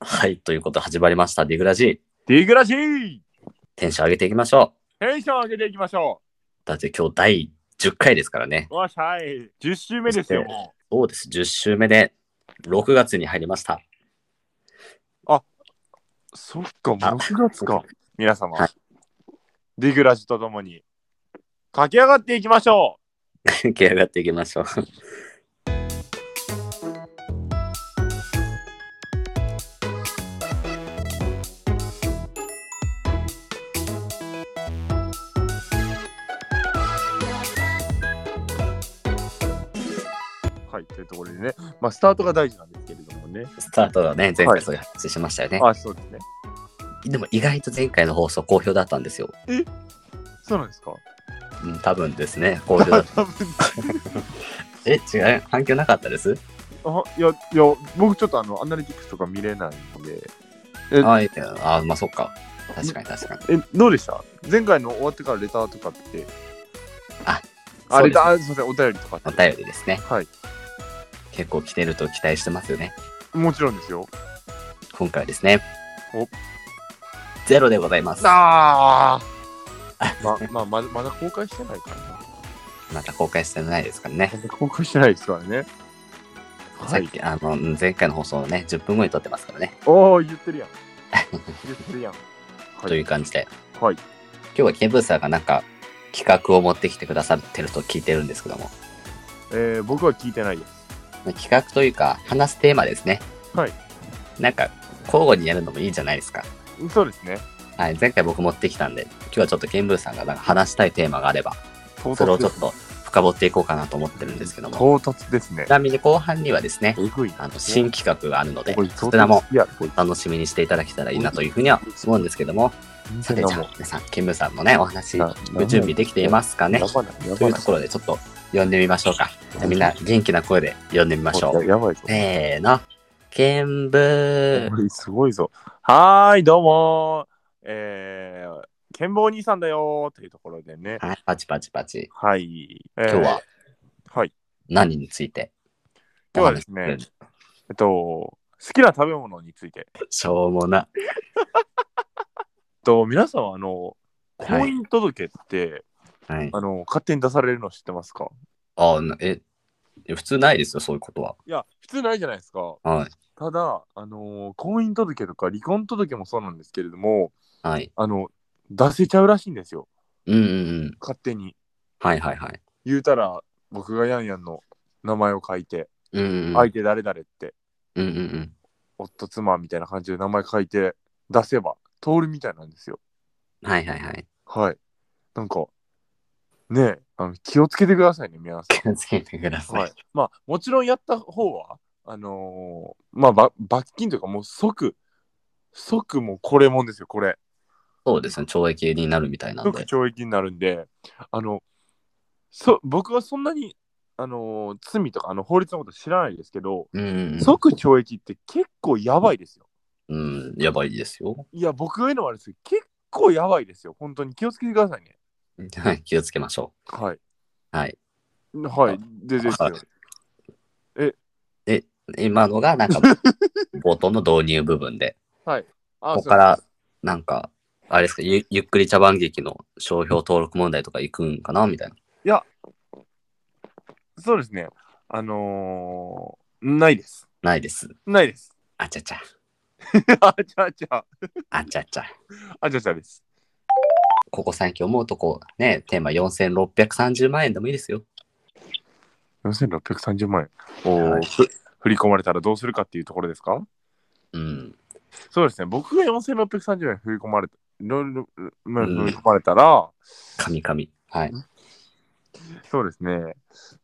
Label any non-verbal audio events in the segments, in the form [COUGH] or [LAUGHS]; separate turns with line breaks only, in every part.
はい、ということで始まりました。ディグラジー。
ディグラシー
テンション上げていきましょ
テンション上げていきましょ
う。だって今日第10回ですからね。
うわっしゃい !10 週目ですよ。
そうです。10週目で6月に入りました。
そっか、もう
あ
6月か。皆様、
はい
ディグラジとともに駆け上がっていきましょ
出来上がっていきましょう。 [LAUGHS]
うはい、というところでね、まあ、スタートが大事なんですけれどもね。
スタートがね、前回そういう話しましたよね。
あ、そうですね。
でも意外と前回の放送好評だったんですよ。
そうなんですか
うん、多分ですね。好評だった。
多分
え、違う反響なかったです
あいや、いや、僕ちょっとあの、アナリティクスとか見れないので、え
あいやあ、まあそっか。確かに確かに。
え、どうでした前回の終わってからレターとかって、
あ、
あ
そう
れ
です
だ、あすみません、お便りとかって
お便りですね。
はい。
結構来てると期待してますよね。
もちろんですよ。
今回はですね。
お
ゼロでございます。
ああ
[LAUGHS]
ままあまだまだ公開してないからな。
また公開してないですからね。
まだ公開してないですからね。は
さ
い
っ。き、あの、うん前回の放送をね、10分後に撮ってますからね。
おお、言っ
[LAUGHS]
てるやん。言ってるやん。
と
はいい。
う感じで、
はい、
今日はケンブーサーがなんか企画を持ってきてくださってると聞いてるんですけども、
えー、僕は聞いてないです。
企画というか、話すテーマですね。
はい。
なんか、交互にやるのもいいじゃないですか。
そうですね。
はい、前回僕持ってきたんで、今日はちょっとケンブーさんがなんか話したいテーマがあれば、
唐
それを
突
ちょっ
です。
と深掘っていこうかなと思ってるんですけども、
唐突ですね
ち。なみに後半にはですね、
えぐいな。
あの新企画があるので
これ、
そちらも
唐突いや、これ
お楽しみにしていただけたらいいなというふうには思うんですけども、
全
さ
然
て、じゃ
な
あ、皆さん、ケムさんのね、お話、準備できてい
す
ますかね
やばない、や
と
ば
い
いう
ところで、ちょっと呼んでみましょうか。じゃあみんな、元気な声で呼んでみましょ
こ
う。
れやばいぞ。
せーの、ケンブー
こ。れすごいぞ。はーい、どうもー。えー、剣豪兄さんだよーというところでね。
はい、パチパチパチ。
はい。今
今日は
はい。
何について
今日はですね
お話しする
えっと、好きな食べ物について。えっ
しょうもな。
と、皆さんは、あの、
はい
婚姻届って、
はい。
あの、勝手に出されるの知ってますか
あなえ、普通ないですよ、そういうことは。
いや、普通ないじゃないですか。
はい。
ただ、あの、婚姻届とか離婚届もそうなんですけれども、
はい。
あの、出せちゃうらしいんですよ。
うんうんうん。
勝手に。
はいはいはい。
言うたら、僕がヤンヤンの名前を書いて、
うんうんうん。
相手誰々って、
うんうんうん。
夫妻みたいな感じで名前書いて出せば通るみたいなんですよ。
はいはいはい。
はい。なんか、ねえ、あの気をつけてくださいね、皆さ
気をつけてくだ
ん。
さ
はいい。。まあ、もちろんやった方は、あのーまあ、ば罰金というか、もう即、即もうこれもんですよ、これ。
そうですね、懲役になるみたいなん
即
で。
懲役になるんで、あの、そ僕はそんなに、あのー罪とか、あの、法律のこと知らないですけど、
うんうん
即懲役って結構やばいですよ。
うん。うん、やばいですよ。
いや、僕が言うのもあれですけど、結構やばいですよ。本当に気をつけてくださいね。
はい、気をつけましょ
はい。
う。はい。
はい。でですよ。
今のが、なん [LAUGHS] か、冒頭の導入部分で、
あ
ここから。なんか、あれですか、ゆゆっくり茶番劇の商標登録問題とか行くんかなみたいな。
そうですそうですね。あのー、ないです。
ないです。
ないです。 [LAUGHS]
あちゃちゃ。
あちゃあちゃ。
あちゃちゃ。
あちゃちゃです。
ここ最近思うとこう、ね、テーマ4630万円でもいいですよ。
4630万円を、
はい
ふ振り込まれたらどうするかっていうところですか
うん。
そうですね。僕が4630円振り込まれた。ろろまあ振
うん
り込まれたら、
神々。はい。
そうですね。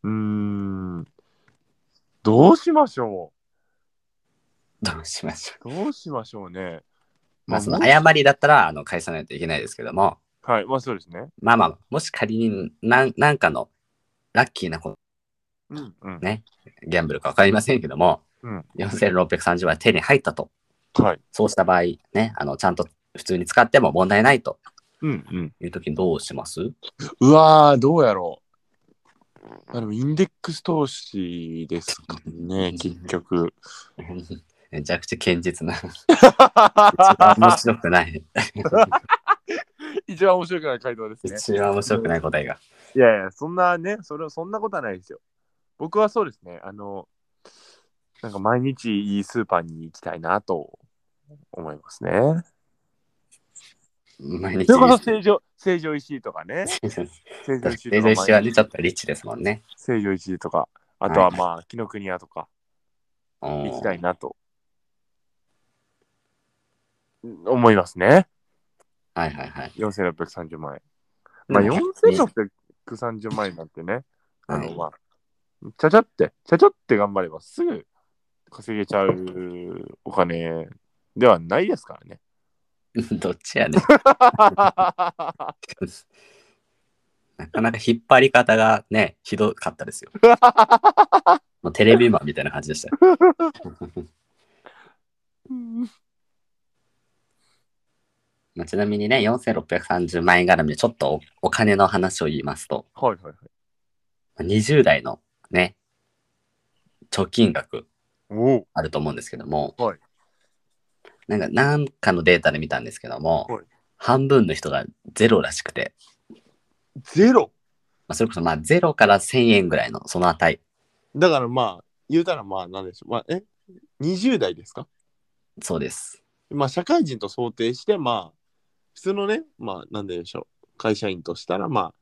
うーん。どうしましょ
どうしましょ
うどうしましょうね。
う。まあ、その
も
誤りだったら、あの、返さないといけないですけども、
はい、まあそうですね。
まあまあ、もし仮になん、なんかの、ラッキーなこと、
うん。うん
ねギャンブルかわかりませんけども、
うん
4630万円手に入ったと。
はい。
そうした場合、ね、あの、ちゃんと普通に使っても問題ないと
うんうん。
いうときにどうします
うわー、どうやろう。あでもインデックス投資ですかね、結局。
[LAUGHS] めちゃくちゃ堅実な。一番面白くない。
一番面白くない回答ですね。
一番面白くない答えが。
いやいや、そんなね、それそんなことはないですよ。僕はそうですね、あの、なんか毎日いいスーパーに行きたいなと思いますね。
毎日
それこそ成城、成城石井とかね。
[LAUGHS]
成城石井
レ
と
ジ
か
[LAUGHS] ェシは
毎
ね、
日、
ちょっとリッチですもんね。
成城石井とか、あとはまあ、紀ノ国屋とか
うん
行きたいなと思いますね。
はいはいはい。
4630万円。まあ、
でも
4630万円なんてね、あ
は
の、
い
まあ、ちゃちゃって、ちゃちゃって頑張ればすぐ稼げちゃうお金ではないですからね。
[LAUGHS] どっちや
[LAUGHS]
ね。なかなか引っ張り方がね、ひどかった
[LAUGHS]
ですよ。もうテレビマンみたいな感じでしたよ。 [LAUGHS] まあ、ちなみにね、4630万円絡みでちょっとおお金の話を言いますと、
はいはいはい。
まあ20代のね、貯金額
おお。
あると思うんですけども、
はい
なんか、なんかのデータで見たんですけども、
はい
半分の人がゼロらしくて、
ゼロ
まあ、それこそまあゼロから1000円ぐらいのその値、
だからまあ、言うたらまあ、なんでしょう。まあ、え ?20 代ですか
そうです。
まあ、社会人と想定して、まあ、普通のね、まあ、なんでしょう。会社員としたら、まあ、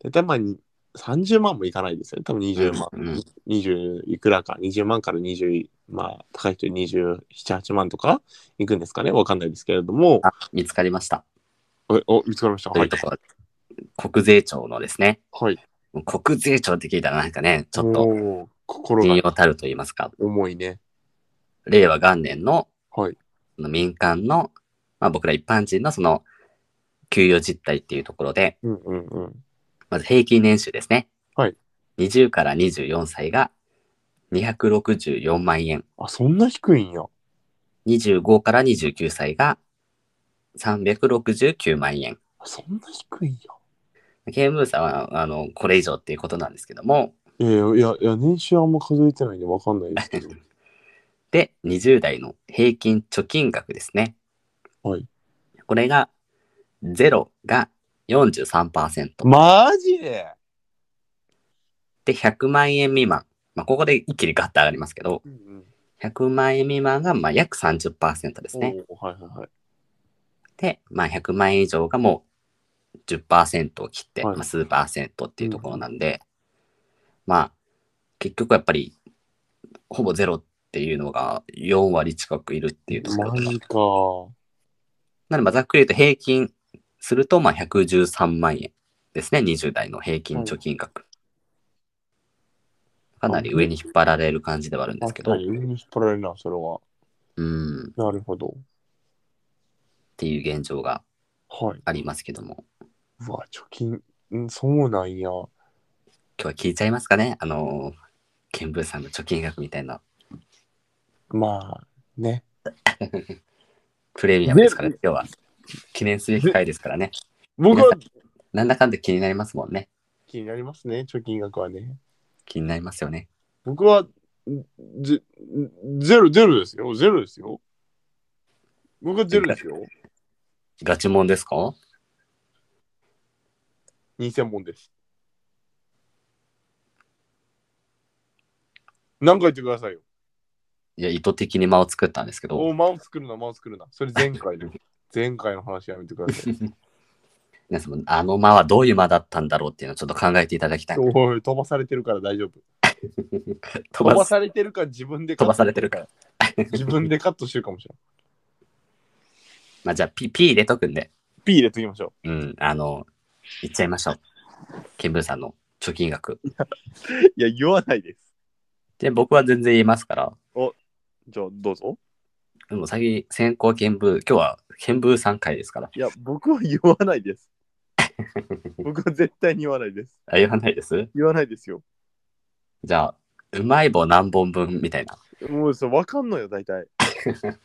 大体まあ、に30万もいかないですよね。多分20万。
うん
20いくらか、20万から20、まあ、高い人に27、8万とかいくんですかねわかんないですけれども、
あ、見つかりました。
お、お見つかりました。
と
は
いう
い
と。ころ、国税庁のですね、
はい。
国税庁って聞いたらなんかね、ちょっと
おー心
信
が
用たると言いますか、
重いね。
令和元年の
はい。
その民間の、まあ、僕ら一般人のその給与実態っていうところで、
うんうんうん。
まず平均年収ですね。
はい。
20から24歳が264万円。
あ、そんな低いんや。
25から29歳が369万円。
そんな低いんや。
刑務さんは、あの、これ以上っていうことなんですけども、
いやいやいやいや、年収あんま数えてないんでわかんないです
[LAUGHS]
けど。
で、20代の平均貯金額ですね。
はい。
これが、0が43%。
マジで
で、100万円未満。まあ、ここで一気にガッと上がりますけど、
うんうん。
100万円未満が、まあ、約30%ですね。
おーはいはいはい。
で、まあ、100万円以上がもう10%を切って、
はい
まあ、数パーセントっていうところなんで、まあ、結局やっぱり、ほぼゼロっていうのが4割近くいるっていうところ
マ
で。
ジか。
なので、まあざっくり言うと平均すると、まあ、113万円ですね。20代の平均貯金額。かなり上に引っ張られる感じではあるんですけ
確
ど、
か
う
に上に引っ張られるな、それは。
ん、っ
なるほど。
ていう現状が
はい。
ありますけども、
うわ、貯金、うん、そうなんや。
今日は聞いちゃいますかねあのー、見聞さんの貯金額みたいな
まあ、ね。
プレミアムですから、今日は。記念すべき回ですからね。
僕は
なんだかんだ気になりますもんね。
気になりますね、貯金額はね。
気になりますよね。
僕は、ゼゼロ、ゼロですよ。ゼロですよ。僕はゼロですよ。
ガチモンですか
2000本です。何回言ってくださいよ。
いや、意図的に間を作ったんですけど。
お、間を作るな、間を作るな。それ前
[LAUGHS]
回の、前回の話やめてください。
皆様、あの間はどういう間だったんだろうっていうのをちょっと考えていただきたい。
おい、飛ばされてるから大丈夫。
飛
飛ば
ばす
されてるか自分でカ
飛
ット
ばされてるから。
自分でカットしてるかもしれない。
まあ、じゃあ、P、P 入れとくんで、
P 入れときましょ
うん、あの、言っちゃいましょう。ケンブンさんの貯金額。
う。いや、言わないです。
で、僕は全然言いますから、
じゃあ、どうぞ。
でも先、先行ケンブン、今日はケンブンさん回ですから、
いや、僕は言わな
[LAUGHS]
いです。僕は絶対に言わないです。
あ、言わないです
言わないですよ。
じゃあ、うまい棒何本分みたいな。
もうそれ分かんのよ、大体。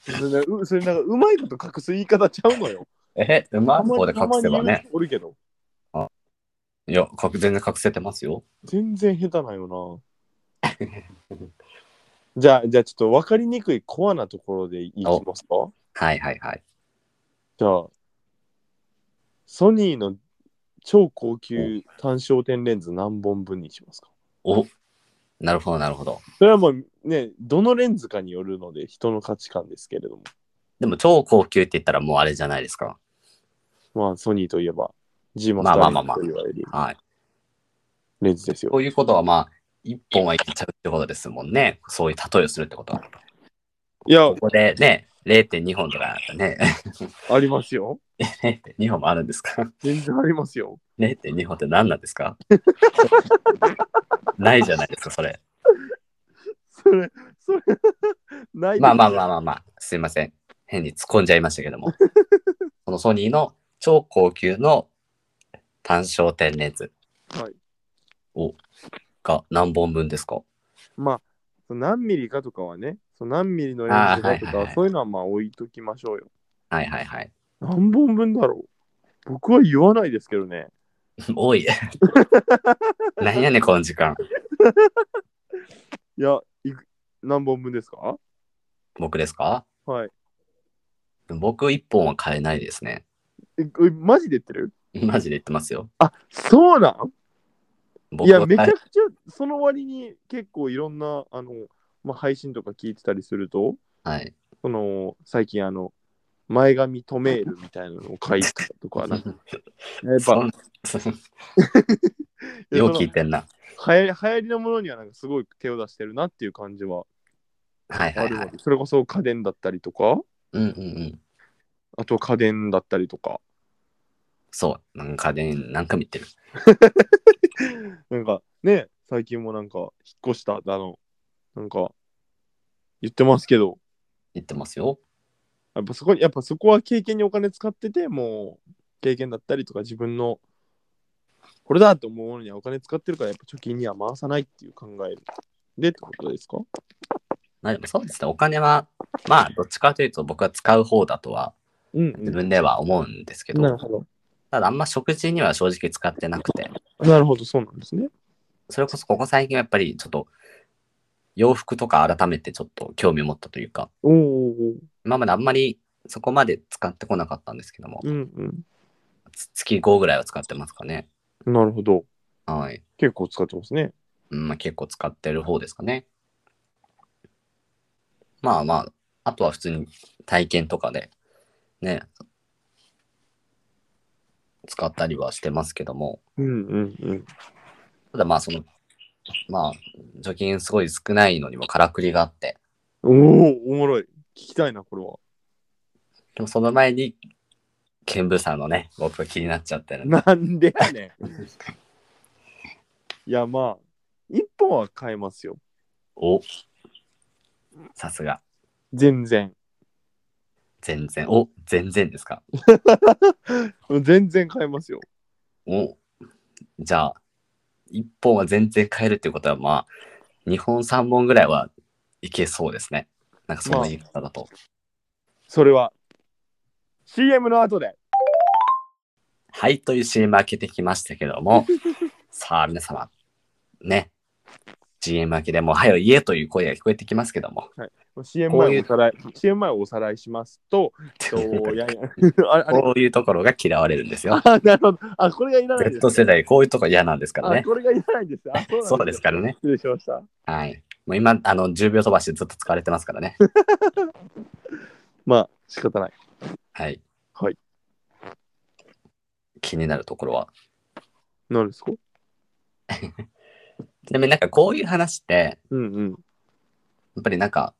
それなうそれなんかうまいこと隠す言い方ちゃうのよ。
え、うまい棒で隠せば
たまに言う
ね。
人おるけど、
いや、かく全然隠せてますよ。
全然下手なんよ [LAUGHS] じゃあ、じゃあちょっと分かりにくいコアなところでいきますか
はいはいはい。
じゃあ、ソニーの超高級単焦点レンズ何本分にしますか
おなるほどなるほど。
それはもうね、どのレンズかによるので人の価値観ですけれども、
でも超高級って言ったらもうあれじゃないですか。
まあソニーといえば G マス
まあ
タ
まあ
ー
まあ
レン
まあ
ズと言われる
はい。
レンズですよ。
ということはまあ、一本はいっちゃうってことですもんね。そういう例えをするってことは。
いや
こ、こでね、0.2本とかね、 [LAUGHS]
ありますよ。
0.2本もあるんですか [LAUGHS]
全然ありますよ。
0.2本って何なんですか [LAUGHS] ないじゃないですか、それ。
それ、それ、ない
まあまあまあまあまあ、すいません。変に突っ込んじゃいましたけど
[LAUGHS]
も。このソニーの超高級の単焦点レンズ
あ。はい。
が何本分ですか
まあ、その何ミリかとかはね、その何ミリのレンズかと
あーはいはいは
か
い、
そういうのはまあ置いときましょうよ。
はいはいはい。 [LAUGHS]
何本分だろう僕は言わないですけどね。
多
[LAUGHS]
い。なんやねん、この時間。
いや、いく何本分ですか
僕ですか
はい。
僕1本は買えないですね。
え、えマジで言ってる
マジで言ってますよ。
あ、そうなんい
僕
や、
は
めちゃ
買え
くちゃ、その割に結構いろんな、あの、まあ、配信とか聞いてたりすると、
はい。
その、最近あの、前髪留めるみたいなのを書いてたと
[LAUGHS]
か、なんかやっ
そ
ぱ
んよう聞いてんな。
はや流行りのものにはなんかすごい手を出してるなっていう感じは
はい
あ
はい
るので、
はい。
それこそ家電だったりとか、
うんうんうん。
あとは家電だったりとか、
そう。なんかね、何回も言ってる。
なんかね、最近もなんか引っ越しただの、なんか言ってますけど、
言ってますよ。
やっぱそこに、やっぱそこは経験にお金使ってて、もう経験だったりとか自分のこれだと思うものにはお金使ってるから、やっぱ貯金には回さないっていう考えでってことですか
まあでもそうですね。お金は、まあ、どっちかというと僕は使う方だとは
うん、
自分では思うんですけど、
なるほど。
ただあんま食事には正直使ってなくて、
なるほど、そうなんですね。
それこそここ最近はやっぱりちょっと洋服とか改めてちょっと興味を持ったというか、
おーおーおー
今まであんまりそこまで使ってこなかったんですけども、
うん
つ月5ぐらいは使ってますかね。
うん。なるほど。
はい。
結構使ってますね。
うんまあ、結構使ってる方ですかね。まあまあ、あとは普通に体験とかでね、使ったりはしてますけども、
うんうんうん。
ただまあその、まあ、除菌すごい少ないのにもからくりがあって、
おお、おもろい。聞きたいな、これは。
でもその前に、剣舞さんのね、僕が気になっちゃってるんで
[LAUGHS] なんでやねん。いや、まあ、一本は買えますよ。
おさすが。
全然。
全然。お全然ですか。
全然買えますよ。
おじゃあ、1本は全然買えるっていうことは、まあ、2本3本ぐらいはいけそうですね。なんかそんな言い方だと。
それは。CM の後で。
はい、という CM 開けてきましたけど
[LAUGHS]
も、さあ皆様、ね、GM 明けでも、はよ言えという声が聞こえてきますけども。
CM 前をおさらい、CM 前をおさらいしますと、といやいや [LAUGHS] あれあ
[LAUGHS]
れ
こういうところが嫌われるんですよ。
あ、なるほど。あ、これがいらないです
Z。世代、こういうとこ嫌なんですから
あ、
ね。
これがいらないんです。あ、そうなん
そうです。からね。
失礼しました。
はい。もう今、あの、10秒飛ばしでずっと使われてますからね。
まあ、仕方ない。
はい。
はい。
気になるところは。
何ですか
ちなみになんかこういう話って、
うんうん。
やっぱりなんか、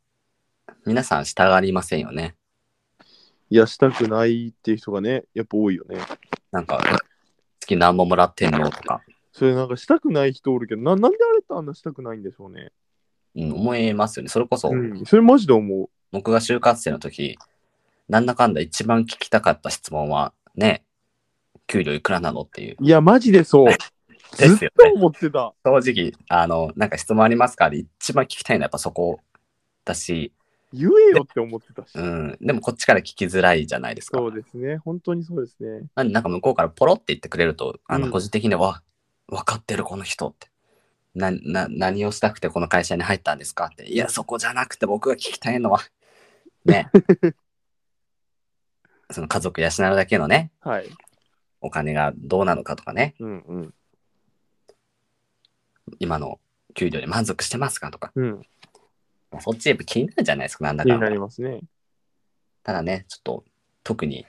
皆さんしたがりませんよね。
いや、したくないっていう人がね、やっぱ多いよね。
なんか、月何ももらってんのとか、
それなんかしたくない人おるけど、ななんであれってあんなしたくないんでしょうね。
うん思いますよね。それこそ、
うん、それマジで思う。
僕が就活生の時、なんだかんだ一番聞きたかった質問は、ね、給料いくらなのっていう。
いや、マジ
[LAUGHS]
でそう。
すよね
ずっと思ってた。
正直、あの、なんか質問ありますかで一番聞きたいのはやっぱそこだし、
言えよって思ってたし。
うん、でもこっちから聞きづらいじゃないですか。
そうですね。本当にそうですね。
なんでなんか向こうからポロって言ってくれると、あ
う
の
ん
個人的には、わ分かってるこの人って。なな何をしたくてこの会社に入ったんですかって、いや、そこじゃなくて僕が聞きたいのは、
[LAUGHS]
ね、その家族養うだけのね、
はい。
お金がどうなのかとかね、
うんうん。
今の給料に満足してますかとか、
うん。
そっちやっぱ気になるじゃないですか、なんだ
気
かん
に
だ
なりますね。
ただね、ちょっと、特に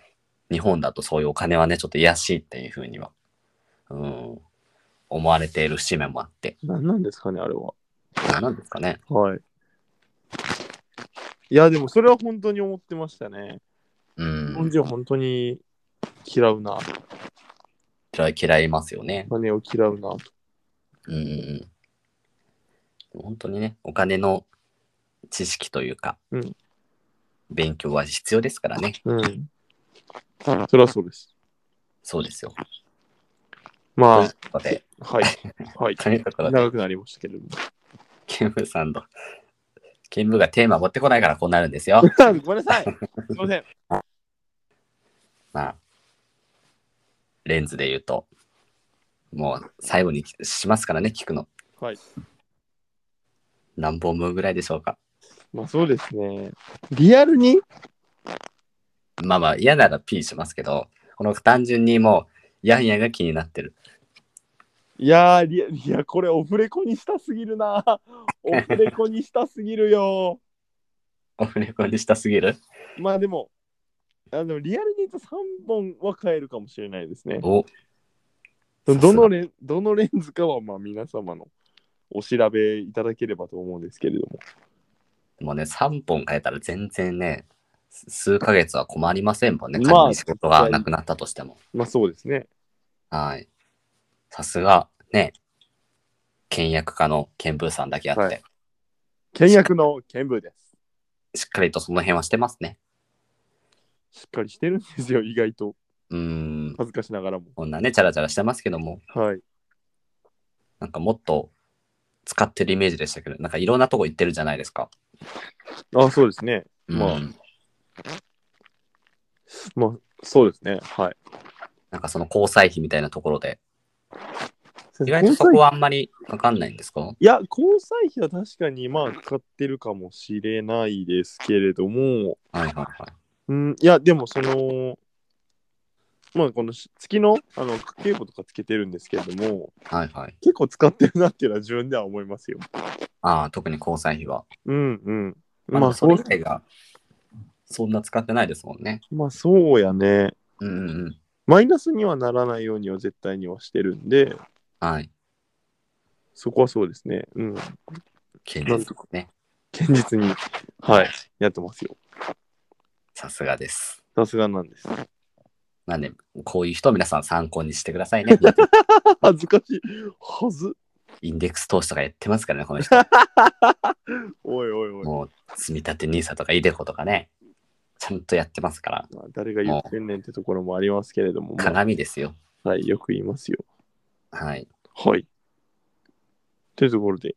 日本だとそういうお金はね、ちょっと癒やしいっていうふうには、うん、思われている節目もあって、
何なんですかね、あれは。
何なんですかね。
はい。いや、でもそれは本当に思ってましたね。
う
日本
ん、
人は本当に嫌うな、
嫌い嫌いますよね。
お金を嫌うな。
うんうんうん。本当にね、お金の知識というか、
うん
勉強は必要ですからね。
うん。それはそうです。
そうですよ。とい
ま
うことで、
あ、はい。
[LAUGHS]
はい。
ということで、
長くなりましたけれども。
ケンブさんの、ケンブがテーマ持ってこないからこうなるんですよ。
[LAUGHS] ごめんなさい。すいません。
まあ、レンズで言うと、もう最後にしますからね、聞くの。
はい。
何本分ぐらいでしょうか。
まあそうですね。リアルに
まあまあ、嫌なら P しますけど、この単純にもう、ヤンヤンが気になってる。
いやーリア、いや、これオフレコにしたすぎる [LAUGHS] な。オフレコにしたすぎるよ。
オフレコにしたすぎる。
まあでも、あのリアルに言うと3本は買えるかもしれないですね。
お、
ど
さすが
のレンどのレンズかはまあ皆様のお調べいただければと思うんですけれども。
もうね、3本変えたら全然ね、す数ヶ月は困りませんもんね。
まあ
仮に仕事がなくなったとしても。
まあそうですね。
はい。さすが、ね、倹約家のケンブーさんだけあって、
はい倹約の剣舞です。
しっかりとその辺はしてますね。
しっかりしてるんですよ、意外と。
うーん。
恥ずかしながらも。
こんなね、チャラチャラしてますけども、
はい。
なんかもっと使ってるイメージでしたけど、なんかいろんなとこ行ってるじゃないですか。
あそうですね。まあ
うん
まあそうですね。はい。
なんかその交際費みたいなところで、意外とそこはあんまりかかんないんですか
いや、交際費は確かにまあ使ってるかもしれないですけれども、
はいはいはい。
うん、いや、でもその、まあこのし月のあの家計簿とかつけてるんですけれども、
はいはい。
結構使ってるなっていうのは自分では思いますよ。
ああ、特に交際費は。
うんうん。
まあ、
まあ
そ
そ
れ
う
以、外が、そんな使ってないですもんね。
まあそうやね。
うんうんうん。
マイナスにはならないようには絶対にはしてるんで、
はい。
そこはそうですね。うん。
堅実
なん
で
と
すね。
堅実に、はい、やってますよ。
さすがです。
さすがなんです。 [LAUGHS]
なんで、こういう人を皆さん参考にしてください
[LAUGHS]
ね。
恥ずかしい。はず。
インデックス投資とかやってますからね、この人。
おいおいおい。
もう、積み立て NISA とかイデコとかね、ちゃんとやってますから、
まあ、誰が言ってんねんってところもありますけれども、まあ
鏡ですよ。
はい、よく言いますよ。
はい。
はい。というところで、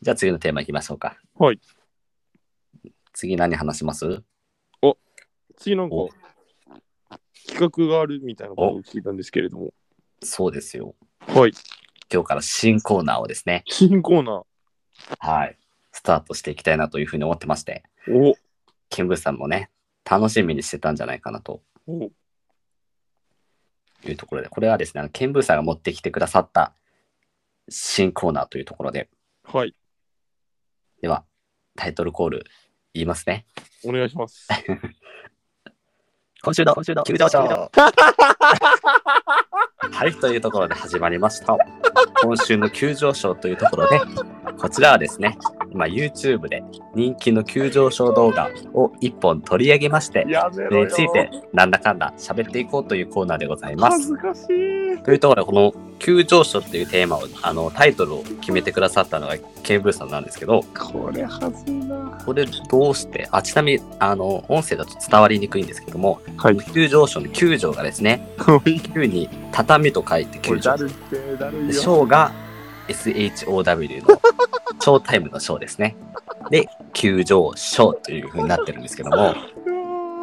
じゃあ次のテーマいきましょうか。
はい。
次何話します
次なんか
お
企画があるみたいなことを聞いたんですけれども、
そうですよ。
はい。
今日から新コーナーをですね、
新コーナー。
はい。スタートしていきたいなというふうに思ってまして、
お
ケンブーさんもね、楽しみにしてたんじゃないかなと
お
いうところで、これはですね、あのケンブーさんが持ってきてくださった新コーナーというところで、
はい。
では、タイトルコール言いますね。
お願いします。
今週の、今週の、 [LAUGHS] 急上昇はい、というところで始まりました。今週の急上昇というところで、こちらはですね、今 YouTube で人気の急上昇動画を1本取り上げまして、
やめ
それについてなんだかんだ喋っていこうというコーナーでございま
恥
す。
ずかしい。
というところで、この急上昇っていうテーマを、あの、タイトルを決めてくださったのがケンブーさんなんですけど、
これはずいな。
これどうして、あ、ちなみに、あの、音声だと伝わりにくいんですけども、
はい。
[LAUGHS] 急上昇の9条がですね、
これ
9に畳と書いて
こ
9
れだ
条。
るって、だるい
で、
よ。
章が SHOW のショータイムの章ですね。で、急上昇というふうになってるんですけども、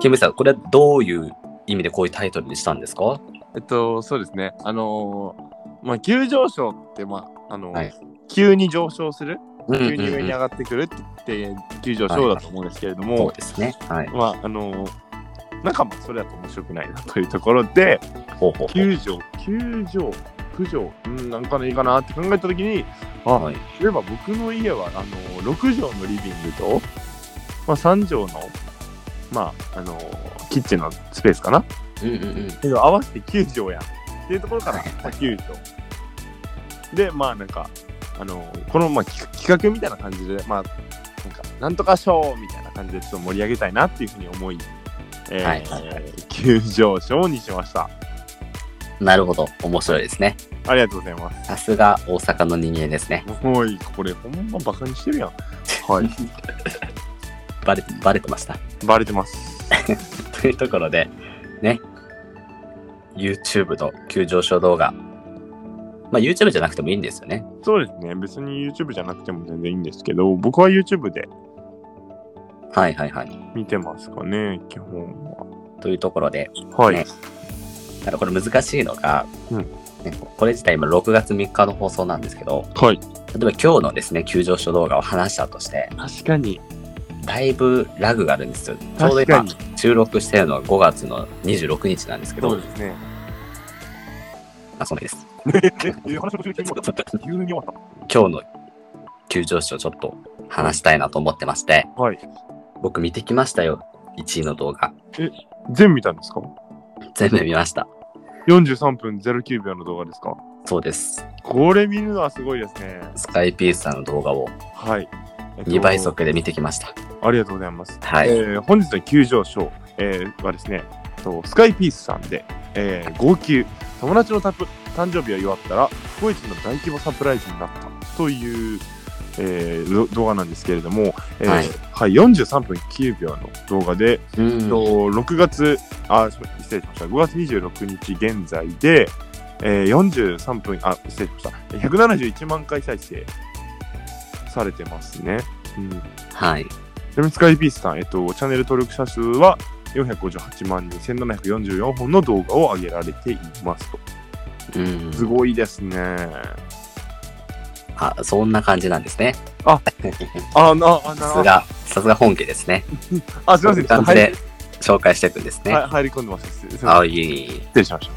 キムさん、これはどういう意味でこういうタイトルにしたんですか
えっと、そうですね。あのーまあ、急上昇って、まあ、あのー
はい
急に上昇する、
うん
急に上に上がってくるって言って、急上昇だと思うんですけれども、
そうですね。はい。
まあ、あのーなんかもそれだと面白くないなというところで、
ほうほうほう。
9条、9条、9条、うん、なんかのいいかなって考えたときに、あ、
はい。
そういえば僕の家は、あの、6畳のリビングと、まあ、3畳の、まあ、あの、キッチンのスペースかな。
うんうんうん。
けど合わせて9畳やん。っていうところから、
はい
まあ、9畳。で、まあ、なんか、あの、この、まあ、企企画みたいな感じで、まあ、なんか、なんとか賞みたいな感じで、ちょっと盛り上げたいなっていうふうに思い、えー
はいはいはい
9畳賞にしました。
なるほど。面白いですね。
ありがとうございます。
さすが大阪の人間ですね。
おい、これほんまバカにしてるやん。
[LAUGHS]
はい。
バレ、バレてました。 [LAUGHS]
バレてます。
というところで、ね。YouTube の急上昇動画。まあ YouTube じゃなくてもいいんですよね。
そうですね。別に YouTube じゃなくても全然いいんですけど、僕は YouTube で
はいはいはい。
見てますかね、基本は。
というところで、
はい。
ねただこれ難しいのが、
うん
ねこれ自体今6月3日の放送なんですけど、
はい。
例えば今日のですね、急上昇動画を話したとして、
確かに。
だいぶラグがあるんですよ。ちょうど
確か
今
に。
収録してるのは5月の26日なんですけ
そ
ど
う、ですね。
あ、そうです。
え、話の途中で急に終わった。急に終わっ
今日の急上昇ちょっと話したいなと思ってまして、
た。はい。
僕見てきましたよ。1位の動画。
全部見たんですか
全部見ました。
?43 分09秒の動画ですか
そうです。
これ見るのはすごいですね。
スカイピースさんの動画を
はい。えっと
2倍。速で見てきました。
ありがとうございます。
はい。
えー本日の急上昇、えーはですね、えっとスカイピースさんで、えー号泣、友達のタップ誕生日を祝ったら、コイチの大規模サプライズになったという、えーど動画なんですけれども、えーは
はいい
43分9秒の動画で、
うん
と6月、あ、すみません失礼しました、5月26日現在で、えー43分、あ、失礼しました、171万回再生されてますね。うん
はい。
ちなみにスカイピースさん、えっと、チャンネル登録者数は458万人、1744本の動画を上げられていますと。
うん。
すごいですね。
あ、そんな感じなんですね。
ああ、な、
さ
あ、
す
な、
が、さすが本家ですね。
あ、すいません、
そういう感じで
ちょっ
紹介していくんです
と
ね。
入りはい入り込んでます。すいません
あいえいえい
失礼しまし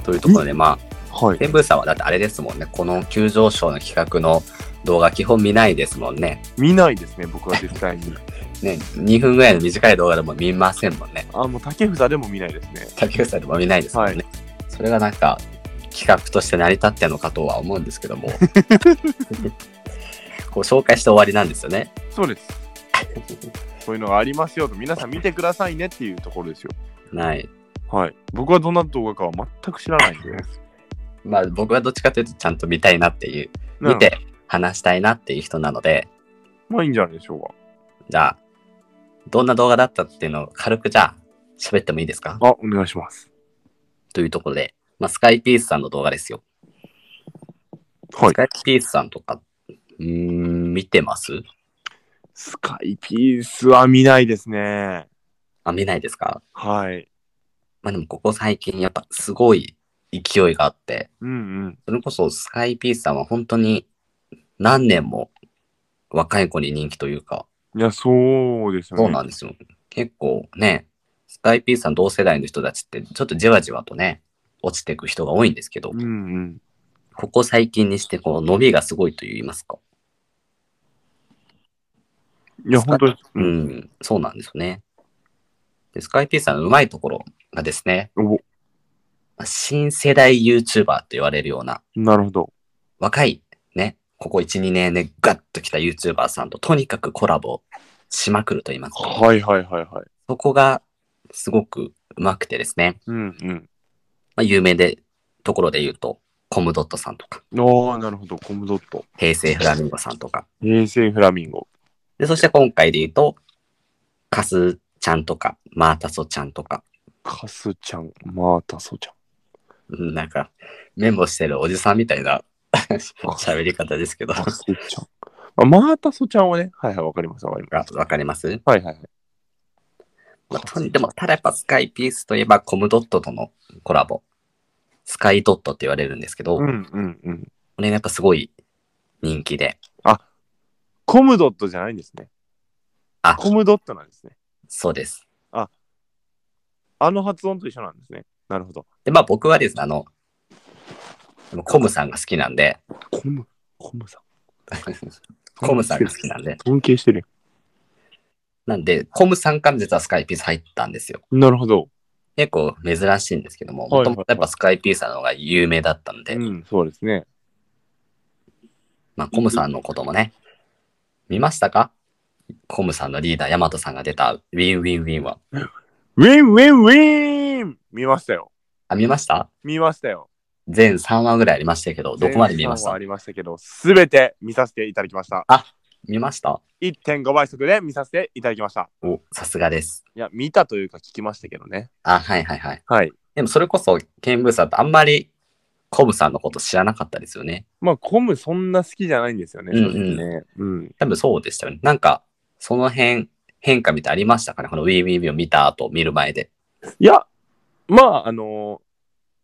えというところで、まあ、
た。はい。
ペンブーさんはだってあれですもんね。この急上昇の企画の動画、基本見ないですもんね。
見ないですね、僕は絶対に。
ね、2分ぐらいの短い動画でも見ませんもんね。
あ、もう竹札でも見ないですね。
竹内さんでも見ないですもんね。それがなんか、企画として成り立ってんのかとは思うんですけ [LAUGHS] ども。こう紹介して終わりなんですよね。
そうです。こういうのがありますよと、皆さん見てくださいねっていうところですよ。
はい。
はい。僕はどんな動画かは全く知らないんで。
まあ僕はどっちかというとちゃんと見たいなっていう、見て話したいなっていう人なので、
うん。まあいいんじゃないでしょうか。
じゃあ、どんな動画だったっていうのを軽くじゃあ喋ってもいいですか
あ、お願いします。
というところで、まあ、スカイピースさんの動画ですよ。
は
スカイピースさんとか、うーん、見てます
スカイピースは見ないですね。
あ、見ないですか
はい。
まあでもここ最近やっぱすごい勢いがあって、
うんうん。
それこそスカイピースさんは本当に何年も若い子に人気というか、
いや、そうですよね。
そうなんですよ。結構ね、スカイピースさん同世代の人たちってちょっとじわじわとね、落ちていく人が多いんですけど、
うんうん。
ここ最近にしてこう伸びがすごいと言いますか。
いや、本当に。
う。ん、そうなんですよね。でスカイピースさんのうまいところがですね、
お、
まあ新世代 YouTuber と言われるような、
なるほど。
若い、ね、ここ1、2年でガッと来た YouTuber さんととにかくコラボしまくると言いますか、
はいはいはいはい。
そこがすごくうまくてですね、
うんうん。
まあ、有名で、ところで言うと、コムドットさんとか、
ああ、なるほど。コムドット。
平成フラミンゴさんとか、
平成フラミンゴ。
で、そして今回で言うと、カスちゃんとか、マータソちゃんとか、
カスちゃん。またそうちゃん。
うんなんか、メモしてるおじさんみたいな [LAUGHS] 喋り方です
[LAUGHS]
けど、
マータソちゃん。あ、マータソちゃんはね、はいはい、わかります、わかりま
わかります
す。はいはいはい。
まあとにでも、ただやっぱスカイピースといえばコムドットとのコラボ。スカイドットって言われるんですけど、
う
こ
んうんうん。
れがやっぱすごい人気で。
コムドットじゃないんですね。
あ、
コムドットなんですね。
そうです。
あの発音と一緒なんですね。なるほど。
で、まあ僕はですね、あの、でもコムさんが好きなん
[LAUGHS]
で、
コム、コムさん。
コムさんが好きなんで、
尊敬してるよ。
なんで、コムさんから実はスカイピース入ったんですよ。
なるほど。
結構珍しいんですけども、
はいは
も
いは
と
い
もとやっぱスカイピースさんの方が有名だったんで、
うん、そうですね。
まあコムさんのこともね、見ましたかコムさんのリーダー、ヤマトさんが出たウィンウィンウィンは。
ウィンウィンウィン見ましたよ。
あ、見ました
見ましたよ。
全3話ぐらいありましたけど、どこまで見まし
前半は
た
ありましたけど、すべて見させていただきました。
見ました
1.5倍速で見させていただきました。
お、さすがです。
いや、見たというか聞きましたけどね。
あ、はいはいはい。
はい。
でもそれこそ、ケンブーさんってあんまりコムさんのこと知らなかったですよね。
まあ、コムそんな好きじゃないんですよね、
うんう
正
ん
直ね。うん。
多分そうでしたよね。なんか、その辺、変化みたいありましたかねこのウィーウィーウィーを見た後、見る前で。
いや、まあ、あの、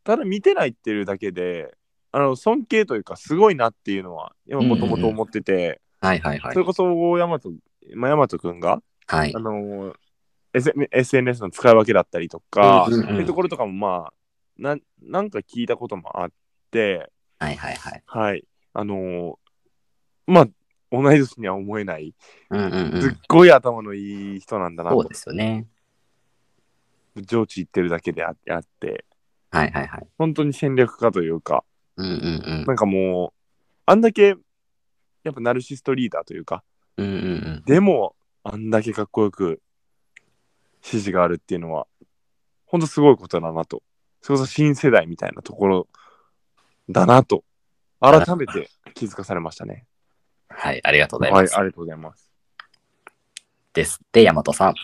ただ見てないっていうだけで、あの、尊敬というか、すごいなっていうのは、今もともと思ってて、
はいはいはい
そ。れこそ、大和、まあ、大和くんが、
はい
あ。の、S- SNS の使い分けだったりとか、
うんうんうん
そういうところとかも、まあ、なんなんか聞いたこともあって、
はいはいはい。
はい。あの、まあ、同い年には思えない、
うんうんう
すっ
ん。
ごい頭のいい人なんだなと
そうですよね。
上智行ってるだけでああって、
はいはいはい。
本当に戦略家というか、
うんうんうん。
なんかもう、あんだけ、やっぱナルシストリーダーというか、
うんうんうん。
でも、あんだけかっこよく指示があるっていうのは、本当すごいことだなと。それこそ新世代みたいなところだなと、改めて気づかされましたね。
はい、ありがとうご
は
ざ
い、
いま
あり
す。
がとうございます。
ですって、ヤマトさん。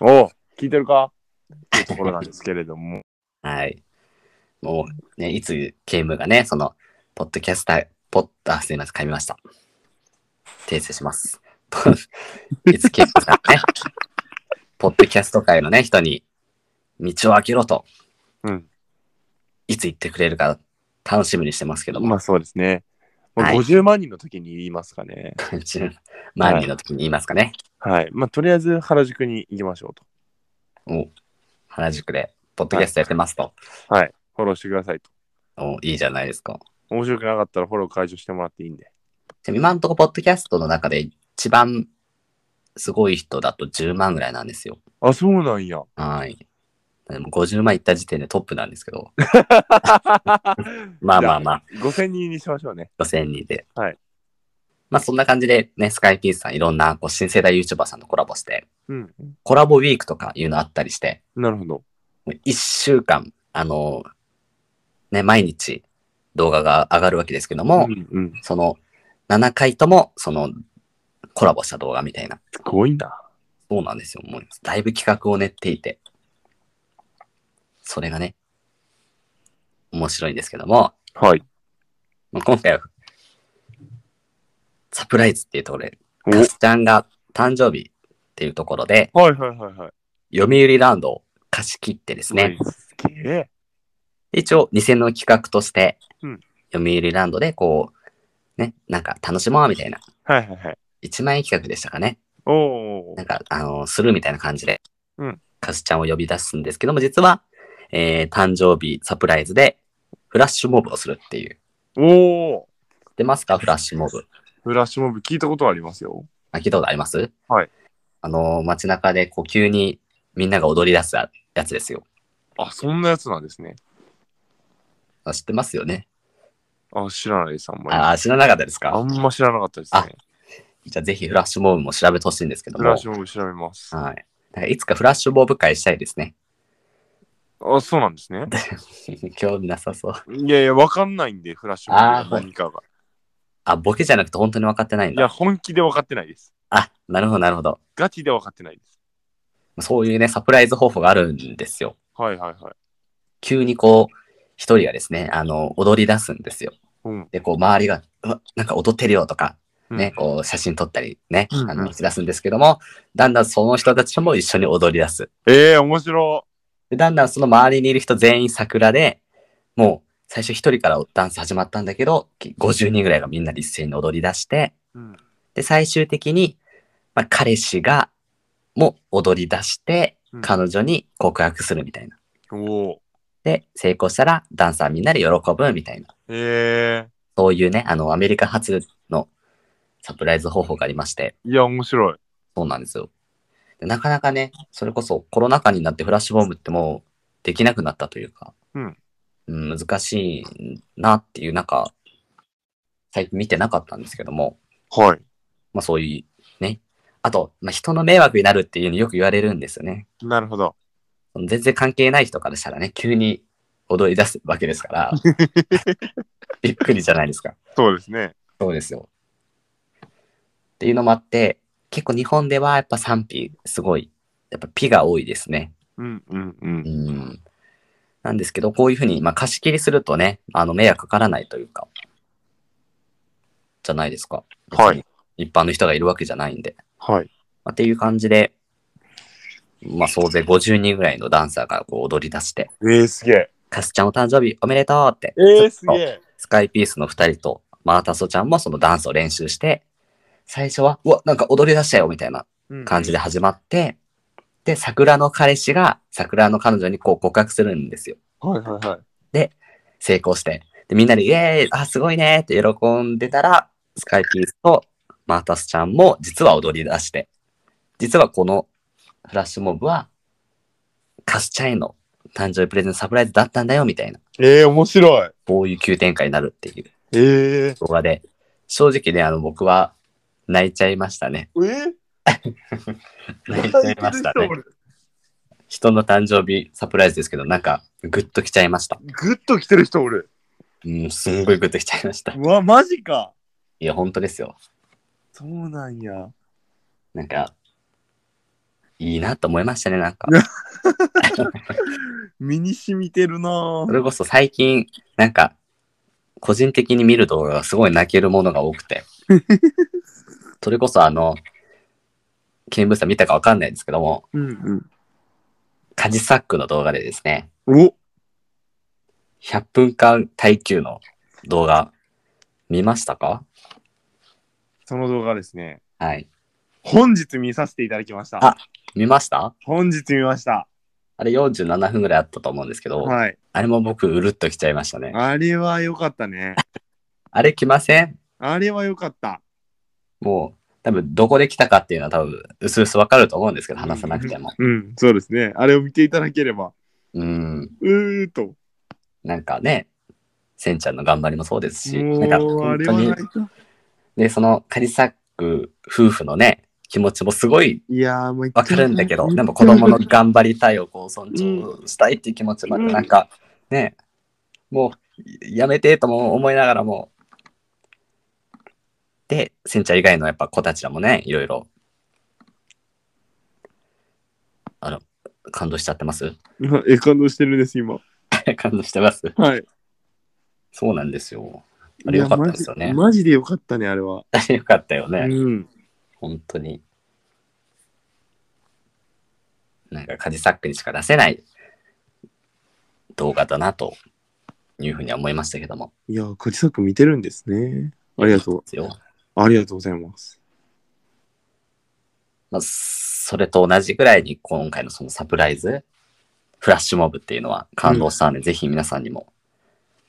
おう聞いてるかっていうところなんですけれど [LAUGHS] も。
はい。もう、ね、いつ、ケムがね、その、ポッドキャスター、ポッ、あ、すいません、噛みました。訂正します。 [LAUGHS] いつ、ケムがね、ポッドキャスト界のね、人に、道を開けろと、
うん。
いつ言ってくれるか、楽しみにしてますけども、
まあそうですね。もう
はい
50万人の時に言いますかね。
10万人の時に言いますかね。
はい。まあ、とりあえず原宿に行きましょうと。
お原宿で、ポッドキャストやってますと。
はい。フォローしてくださいと。
おいいじゃないですか。
面白くなかったらフォロー解除してもらっていいんで。
でも今のところ、ポッドキャストの中で一番すごい人だと10万ぐらいなんですよ。
あ、そうなん [LAUGHS] や。
はい。でも50万いった時点でトップなんですけど、まあまあまあ、
5000人にしましょうね。
5000人で。
はい。
まあそんな感じでね、スカイピースさんいろんなこう新世代 YouTuber さんとコラボして、
うん。
コラボウィークとかいうのあったりして、
なるほど。
1週間、あの、ね、毎日動画が上がるわけですけども、
うんうん。
その7回ともそのコラボした動画みたいな。
すごいな。
そうなんですよ。もうだいぶ企画を練っていて、それがね、面白いんですけども、
はい。
まあ今回は、サプライズっていうところで、
お
ガスちゃんが誕生日っていうところで、
はいはいはいはい。
読売ランドを貸し切ってですね、
うわ。すげえ。
一応2000の企画として、
うん
読売ランドでこう、ね、なんか楽しもうみたいな、
はいはいはい。
1万円企画でしたかね。
おお
なん。か、あの、するみたいな感じで、
うん
カスちゃんを呼び出すんですけども、実は、えー誕生日サプライズで、フラッシュモブをするっていう。
おお。
知ってますかフラッシュモブ。
フラッシュモブ聞いたことありますよ。
あ聞いたことあります
はい。
あの、街中で、こう、急にみんなが踊り出すやつですよ。
あ、そんなやつなんですね。
あ知ってますよね。
あ、知らないです。あんまり。
ああ、知らなかったです
あ
か
んま知らなかったですね。
じゃあ、ぜひフラッシュモブも調べてほしいんですけど
フ
も。
ラッ
はい
シュモブ調べます。。
なんかいつかフラッシュモブ会したいですね。 [LAUGHS]
あ、そうなんですね。
興味なさそう。
いやいや、わかんないんで、フラッシュモ
あー
ブ
は
が
い
何かが。
あ、ボケじゃなくて本当に分かってないん
いや、
だ。
本気で分かってないです。
あ、なるほど、なるほど。
ガチで分かってないです。
そういうね、サプライズ方法があるんですよ。
はいはいはい。
急にこう、一人がですね、あの、踊り出すんですよ。
うん。
で、こう、周りが、うわなんか踊ってるよとか、ね、こう写真撮ったりね、
うんうん
あの打ち出すんですけども、だんだんその人たちとも一緒に踊り出す。
ええ面白
でだんだんその周りにいる人全員桜で、もう最初一人からダンス始まったんだけど、き50人ぐらいがみんなで一斉に踊り出して、
い。うん。
で、最終的に、まあ、彼氏が、もう踊り出して
うん、
彼女に告白するみたいな。
おお。
で、成功したら、ダンサーみんなで喜ぶみたいな。
ええ
そういうね、あの、アメリカ発のサプライズ方法がありまして、
いや、面白い。
そうなんですよ。でなかなかね、それこそコロナ禍になってフラッシュボームってもうできなくなったというか、
うん
うん難しいなっていう、なんか、最近見てなかったんですけども、
はい。
まあそういうね、あと、まあ、人の迷惑になるっていうのよく言われるんですよね。
なるほど。
全然関係ない人からしたらね、急に踊り出すわけです
[LAUGHS]
から、びっくりじゃないですか。
そうですね。
そうですよ。っていうのもあって、結構日本ではやっぱ賛否すごい、やっぱピが多いですね。
うんうんう。
うんん。なんですけど、こういうふうに、まあ、貸し切りするとね、あの、迷惑かからないというか、じゃないですか。
はい。
一般の人がいるわけじゃないんで。
はい。
まあっていう感じで、まあ、総勢50人ぐらいのダンサーがこう踊り出して、
ええすげえ。
カスちゃんお誕生日おめでとうって、
ええすげ
ちょっと
え。
スカイピースの2人とマータソちゃんもそのダンスを練習して、最初は、うわ、なんか踊り出したよみたいな
うん
感じで。始まって、で、桜の彼氏が桜の彼女にこう告白するんですよ。
はいはいはい。
成功して。で、みんなで、イエーイあ、すごいねって喜んでたら、スカイピースとマータスちゃんも実は踊り出して、実はこのフラッシュモブは、カスちゃんへの誕生日プレゼントサプライズだったんだよみたいな、
ええ面白い。
こういう急展開になるっていう。
ええ
動画で、正直ね、あの、僕は泣いちゃいましたね。
ええ
泣いちゃいましたね。人の誕生日サプライズですけど、なんか、グッときちゃいました。
グッと来てる人おる。
うん、すんごいグッときちゃいました。いう
わ、マジか。
や、本当ですよ。
そうなんや。
なんか、いいなと思いましたね、なん [LAUGHS] か。
身に染みてるなぁ
それこそ最近、なんか、個人的に見る動画がすごい泣けるものが多くて。 [LAUGHS] それこそあの、ケンブーさん見たかわかんないんですけども、
うん
カジサックの動画でですね、
うん。お
100分間耐久の動画見ましたか
その動画ですね。
はい。
本日見させていただきました。
あ見ました
本日見ました。
あれ47分ぐらいあったと思うんですけど、
はい。
あれも僕うるっときちゃいましたね。
あれは良かったね。
あれ来ません
あれは良かった。
もう多分どこで来たかっていうのは多分うすうすわかると思うんですけど、話さなくても。
うん、そうですね。あれを見ていただければ。
うん。
うーっと。
なんかね、せんちゃんの頑張りもそうですし、なんか
もう、あ
本
れ
当
は
に
泣い、た。
で、そのカリサック夫婦のね、気持ちもすごい
いやー、もう一
わ
回
かるんだけど、でも子供の頑張りたいをこう尊重したいっていう気持ちもあって、
うん
なんかね、もうやめてとも思いながらも、で、センチャー以外のやっぱ子たちらもね、いろいろ、あら、感動しちゃってます [LAUGHS]
うん [LAUGHS] え、感動してるんです、今。
感動してます
はい。
そうなんですよ。あれ良かったですよ
いや
ね。
マジマジで良かったね、あれは。
[LAUGHS] よかったよね。
うん。
本当に。なんかカジサックにしか出せない動画だなというふうには思いましたけども。
いやー、カジサック見てるんですね。ありがとう。
ですよ
ありがとうございます。
まあ、それと同じぐらいに今回のそのサプライズ、フラッシュモブっていうのは感動したので、ぜひ皆さんにも。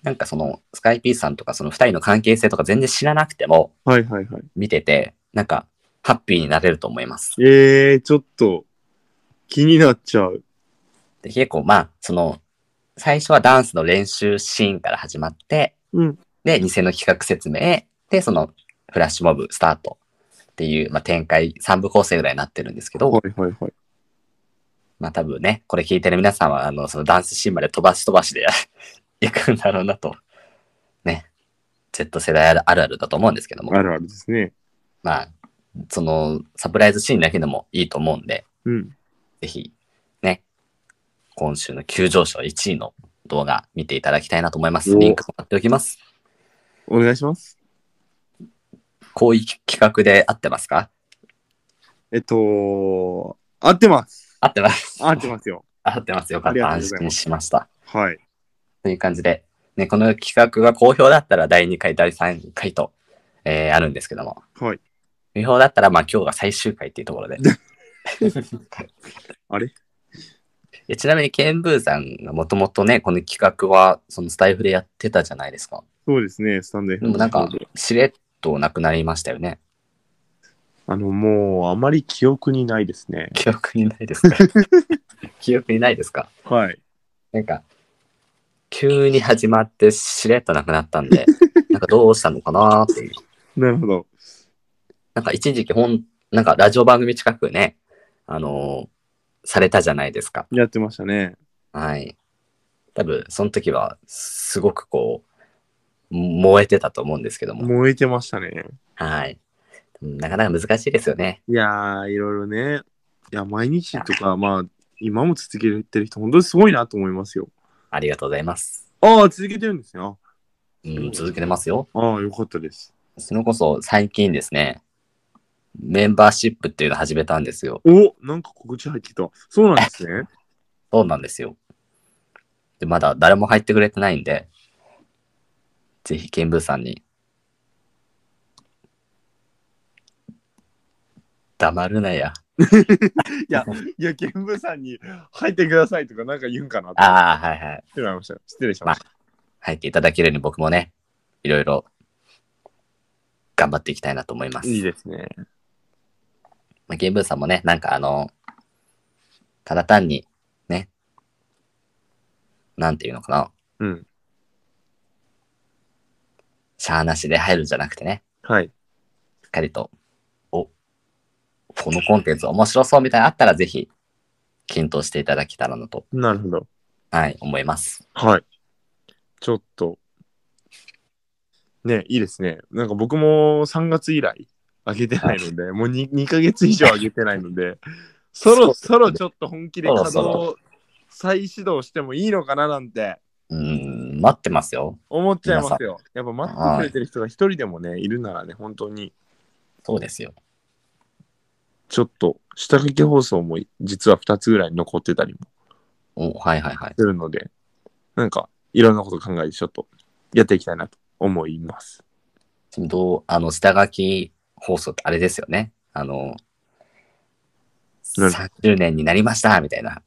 なんかそのスカイピースさんとかその2人の関係性とか全然知らなくても
はいはいはい。
見てて、なんかハッピーになれると思います。
えー、ちょっと、気になっちゃう。
で結構まあその最初はダンスの練習シーンから始まって、
うん
で偽の企画説明でそのフラッシュモブスタートっていう、まあ、展開3部構成ぐらいになってるんですけど、
はいはいはい。
まあ多分ねこれ聞いてる皆さんはあのそのダンスシーンまで飛ばし飛ばしで [LAUGHS] いくんだろうなとね Z 世代あるあるだと思うんですけども、
あるあるですね。
まあそのサプライズシーンだけでもいいと思うんで
うん。
ぜひね、今週の急上昇1位の動画見ていただきたいなと思います。
お
リンクも貼っておきます。
お願いします。
こういう企画で合ってますか
えっと、合ってます。
合ってます。
合ってますよ。
合ってます。よかった。
ありがとう
安
ござい
心
ます
しました。
はい。
という感じで、ね、この企画が好評だったら第2回、第3回と、えーあるんですけども、
はい。
不評だったら、まあ今日が最終回っていうところで。
[LAUGHS] あれ
えちなみに、ケンブーさんがもともとね、この企画は、そのスタイフでやってたじゃないですか。
そうですね、スタンド F
でもなんか、しれっとなくなりましたよね。
あの、もう、あまり記憶にないですね。
記憶にない
[LAUGHS]
ですか記憶にないですか
はい。
なんか、急に始まってしれっとなくなったん [LAUGHS] で、なんかどうしたのかなーっていう。
なるほど。
なんか一時期本、なんかラジオ番組近くね、あのーされたじゃないですか。
やってましたね。
はい。多分、その時は、すごくこう、燃えてたと思うんですけども。
燃えてましたね。
はい。なかなか難しいですよね。
いやー、いろいろね。いや、毎日とか、まあ、今も続けてる人、本当にすごいなと思いますよ。
ありがとうございます。
ああ、続けてるんですね。あ
うん、続けてますよ。
あー、よかったです。
それこそ最近ですね、メンバーシップっていうのを始めたんですよ。
おなんか告知入ってきた。そうなんですね。
そうなんですよ。で、まだ誰も入ってくれてないんで、ぜひ、ケンブーさんに。黙るなや。
いや、 [LAUGHS] いや、玄武さんに入ってくださいとかなんか言うんかなと思っ
ああ、はいはい。
てしまいました。失礼しました。
入っていただけるように僕もね、いろいろ頑張っていきたいなと思います。
いいですね。
まあ、ゲームーさんもね、なんかあの、ただ単に、ね、なんていうのかな、
うん。
しゃーなしで入るんじゃなくてね、
はい。
しっかりと、お、このコンテンツ面白そうみたいなのあったら、ぜひ、検討していただけたらなと、
なるほど。
はい、思います。
はい。ちょっと。ね、いいですね。なんか僕も3月以来、あげてないので、もう 2, 2ヶ月以上あげてないの [LAUGHS] で、そろそろちょっと本気で稼
そろそ
働再始動してもいいのかななんて
うーん、待ってますよ。
思っちゃいますよ。やっぱ待ってくれてる人が一人でもね、いるならね、本当に、
そうですよ。
ちょっと、下書き放送も実は2つぐらい残ってたりも
お、はいはいはい。
するので、なんか、いろんなこと考えて、ちょっと、やっていきたいなと思います。
ちょっと、あの、下書き放送ってあれですよね。あの、
なる
30年になりました、みたいな。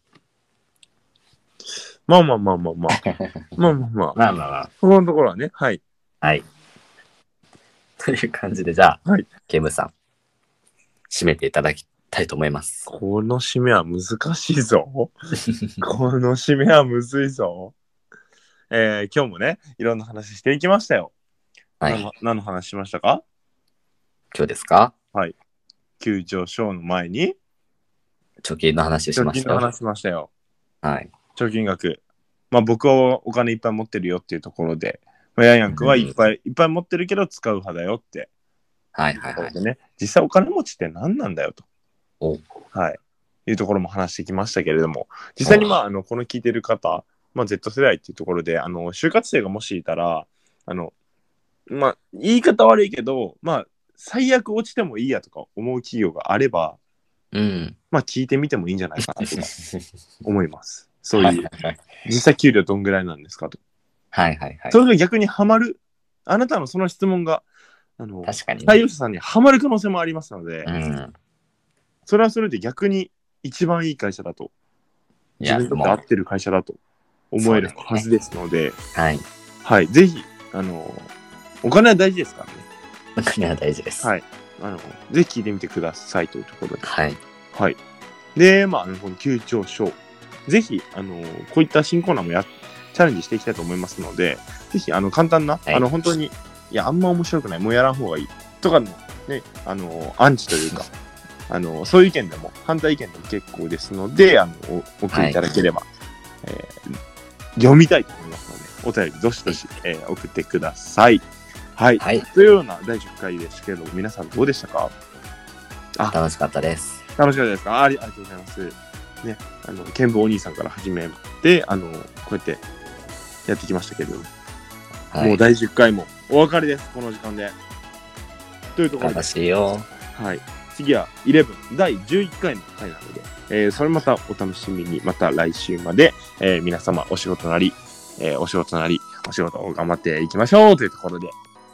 まあまあまあまあ
[LAUGHS]
まあ。まあまあまあ。
まあまあまあ。
そこのところはね、はい。
はい。という感じで、じゃあ、
はい
ケムさん、締めていただきたいと思います。
この締めは難し
[LAUGHS]
いぞ。この締めはむずいぞ。えー、今日もね、いろんな話していきましたよ。
はい。
何
今
の何の話しましたか
日ですか
急上昇の前に、
貯金の話し
貯
ま
金
した
の
よ。
話しましたよ。
はい。
貯金額。まあ僕はお金いっぱい持ってるよっていうところで、まあ、ヤンヤン君はいっぱいいっぱい持ってるけど使う派だよって
はいはいはい。
でね、実際お金持ちって何なんだよと。
お
はい。いうところも話してきましたけれども、実際にまあ、あの、この聞いてる方、まあ、Z 世代っていうところで、あの、就活生がもしいたら、あの、まあ、言い方悪いけど、まあ、最悪落ちてもいいやとか思う企業があれば、
うん。
まあ、聞いてみてもいいんじゃないかなとか思います。 [LAUGHS] そう
はい
い
は
う、
いはい
実際給料どんぐらいなんですかと。
はいはいはい
そ。れが逆にはまる、あなたのその質問が、あの、
確かにね、
採用者さんにはまる可能性もありますので、
うん。
それはそれで逆に一番いい会社だと、
い
自
や、
分にとっ
も
て合
う
っ、てる会社だと思える
そうですね
はずですので、
はい。
はい、ぜひ、あの、お金は大事ですからね。
お金は大事です。
はいあの、ぜひ聞いてみてくださいというところで。
はい。
はい。で、まあ、あのこの急上昇。ぜひ、あの、こういった新コーナーもや、チャレンジしていきたいと思いますので、ぜひ、あの、簡単な、
はい
あの、本当に、いや、あんま面白くない、もうやらん方がいい、とかの、ね、あの、アンチというか、あの、そういう意見でも、反対意見でも結構ですので、あの、おお送りいただければ、えー読みたいと思いますので、お便りどしどし、えー送ってください。はい。
はい。
というような第10回でしたけれども、皆さんどうでしたか
楽しかったです。
楽しかったですかありありがとうございます。ね、あの、剣舞お兄さんから始めて、あの、こうやってやってきましたけれども、
は
もう
い。
第10回もお別れです、この時間で。というところで
悲しいよ。
はい、次は11第11回の回なので、えーそれまたお楽しみにまた来週まで、えー皆様お仕事なり、えーお仕事なりお仕事を頑張っていきましょうというところで、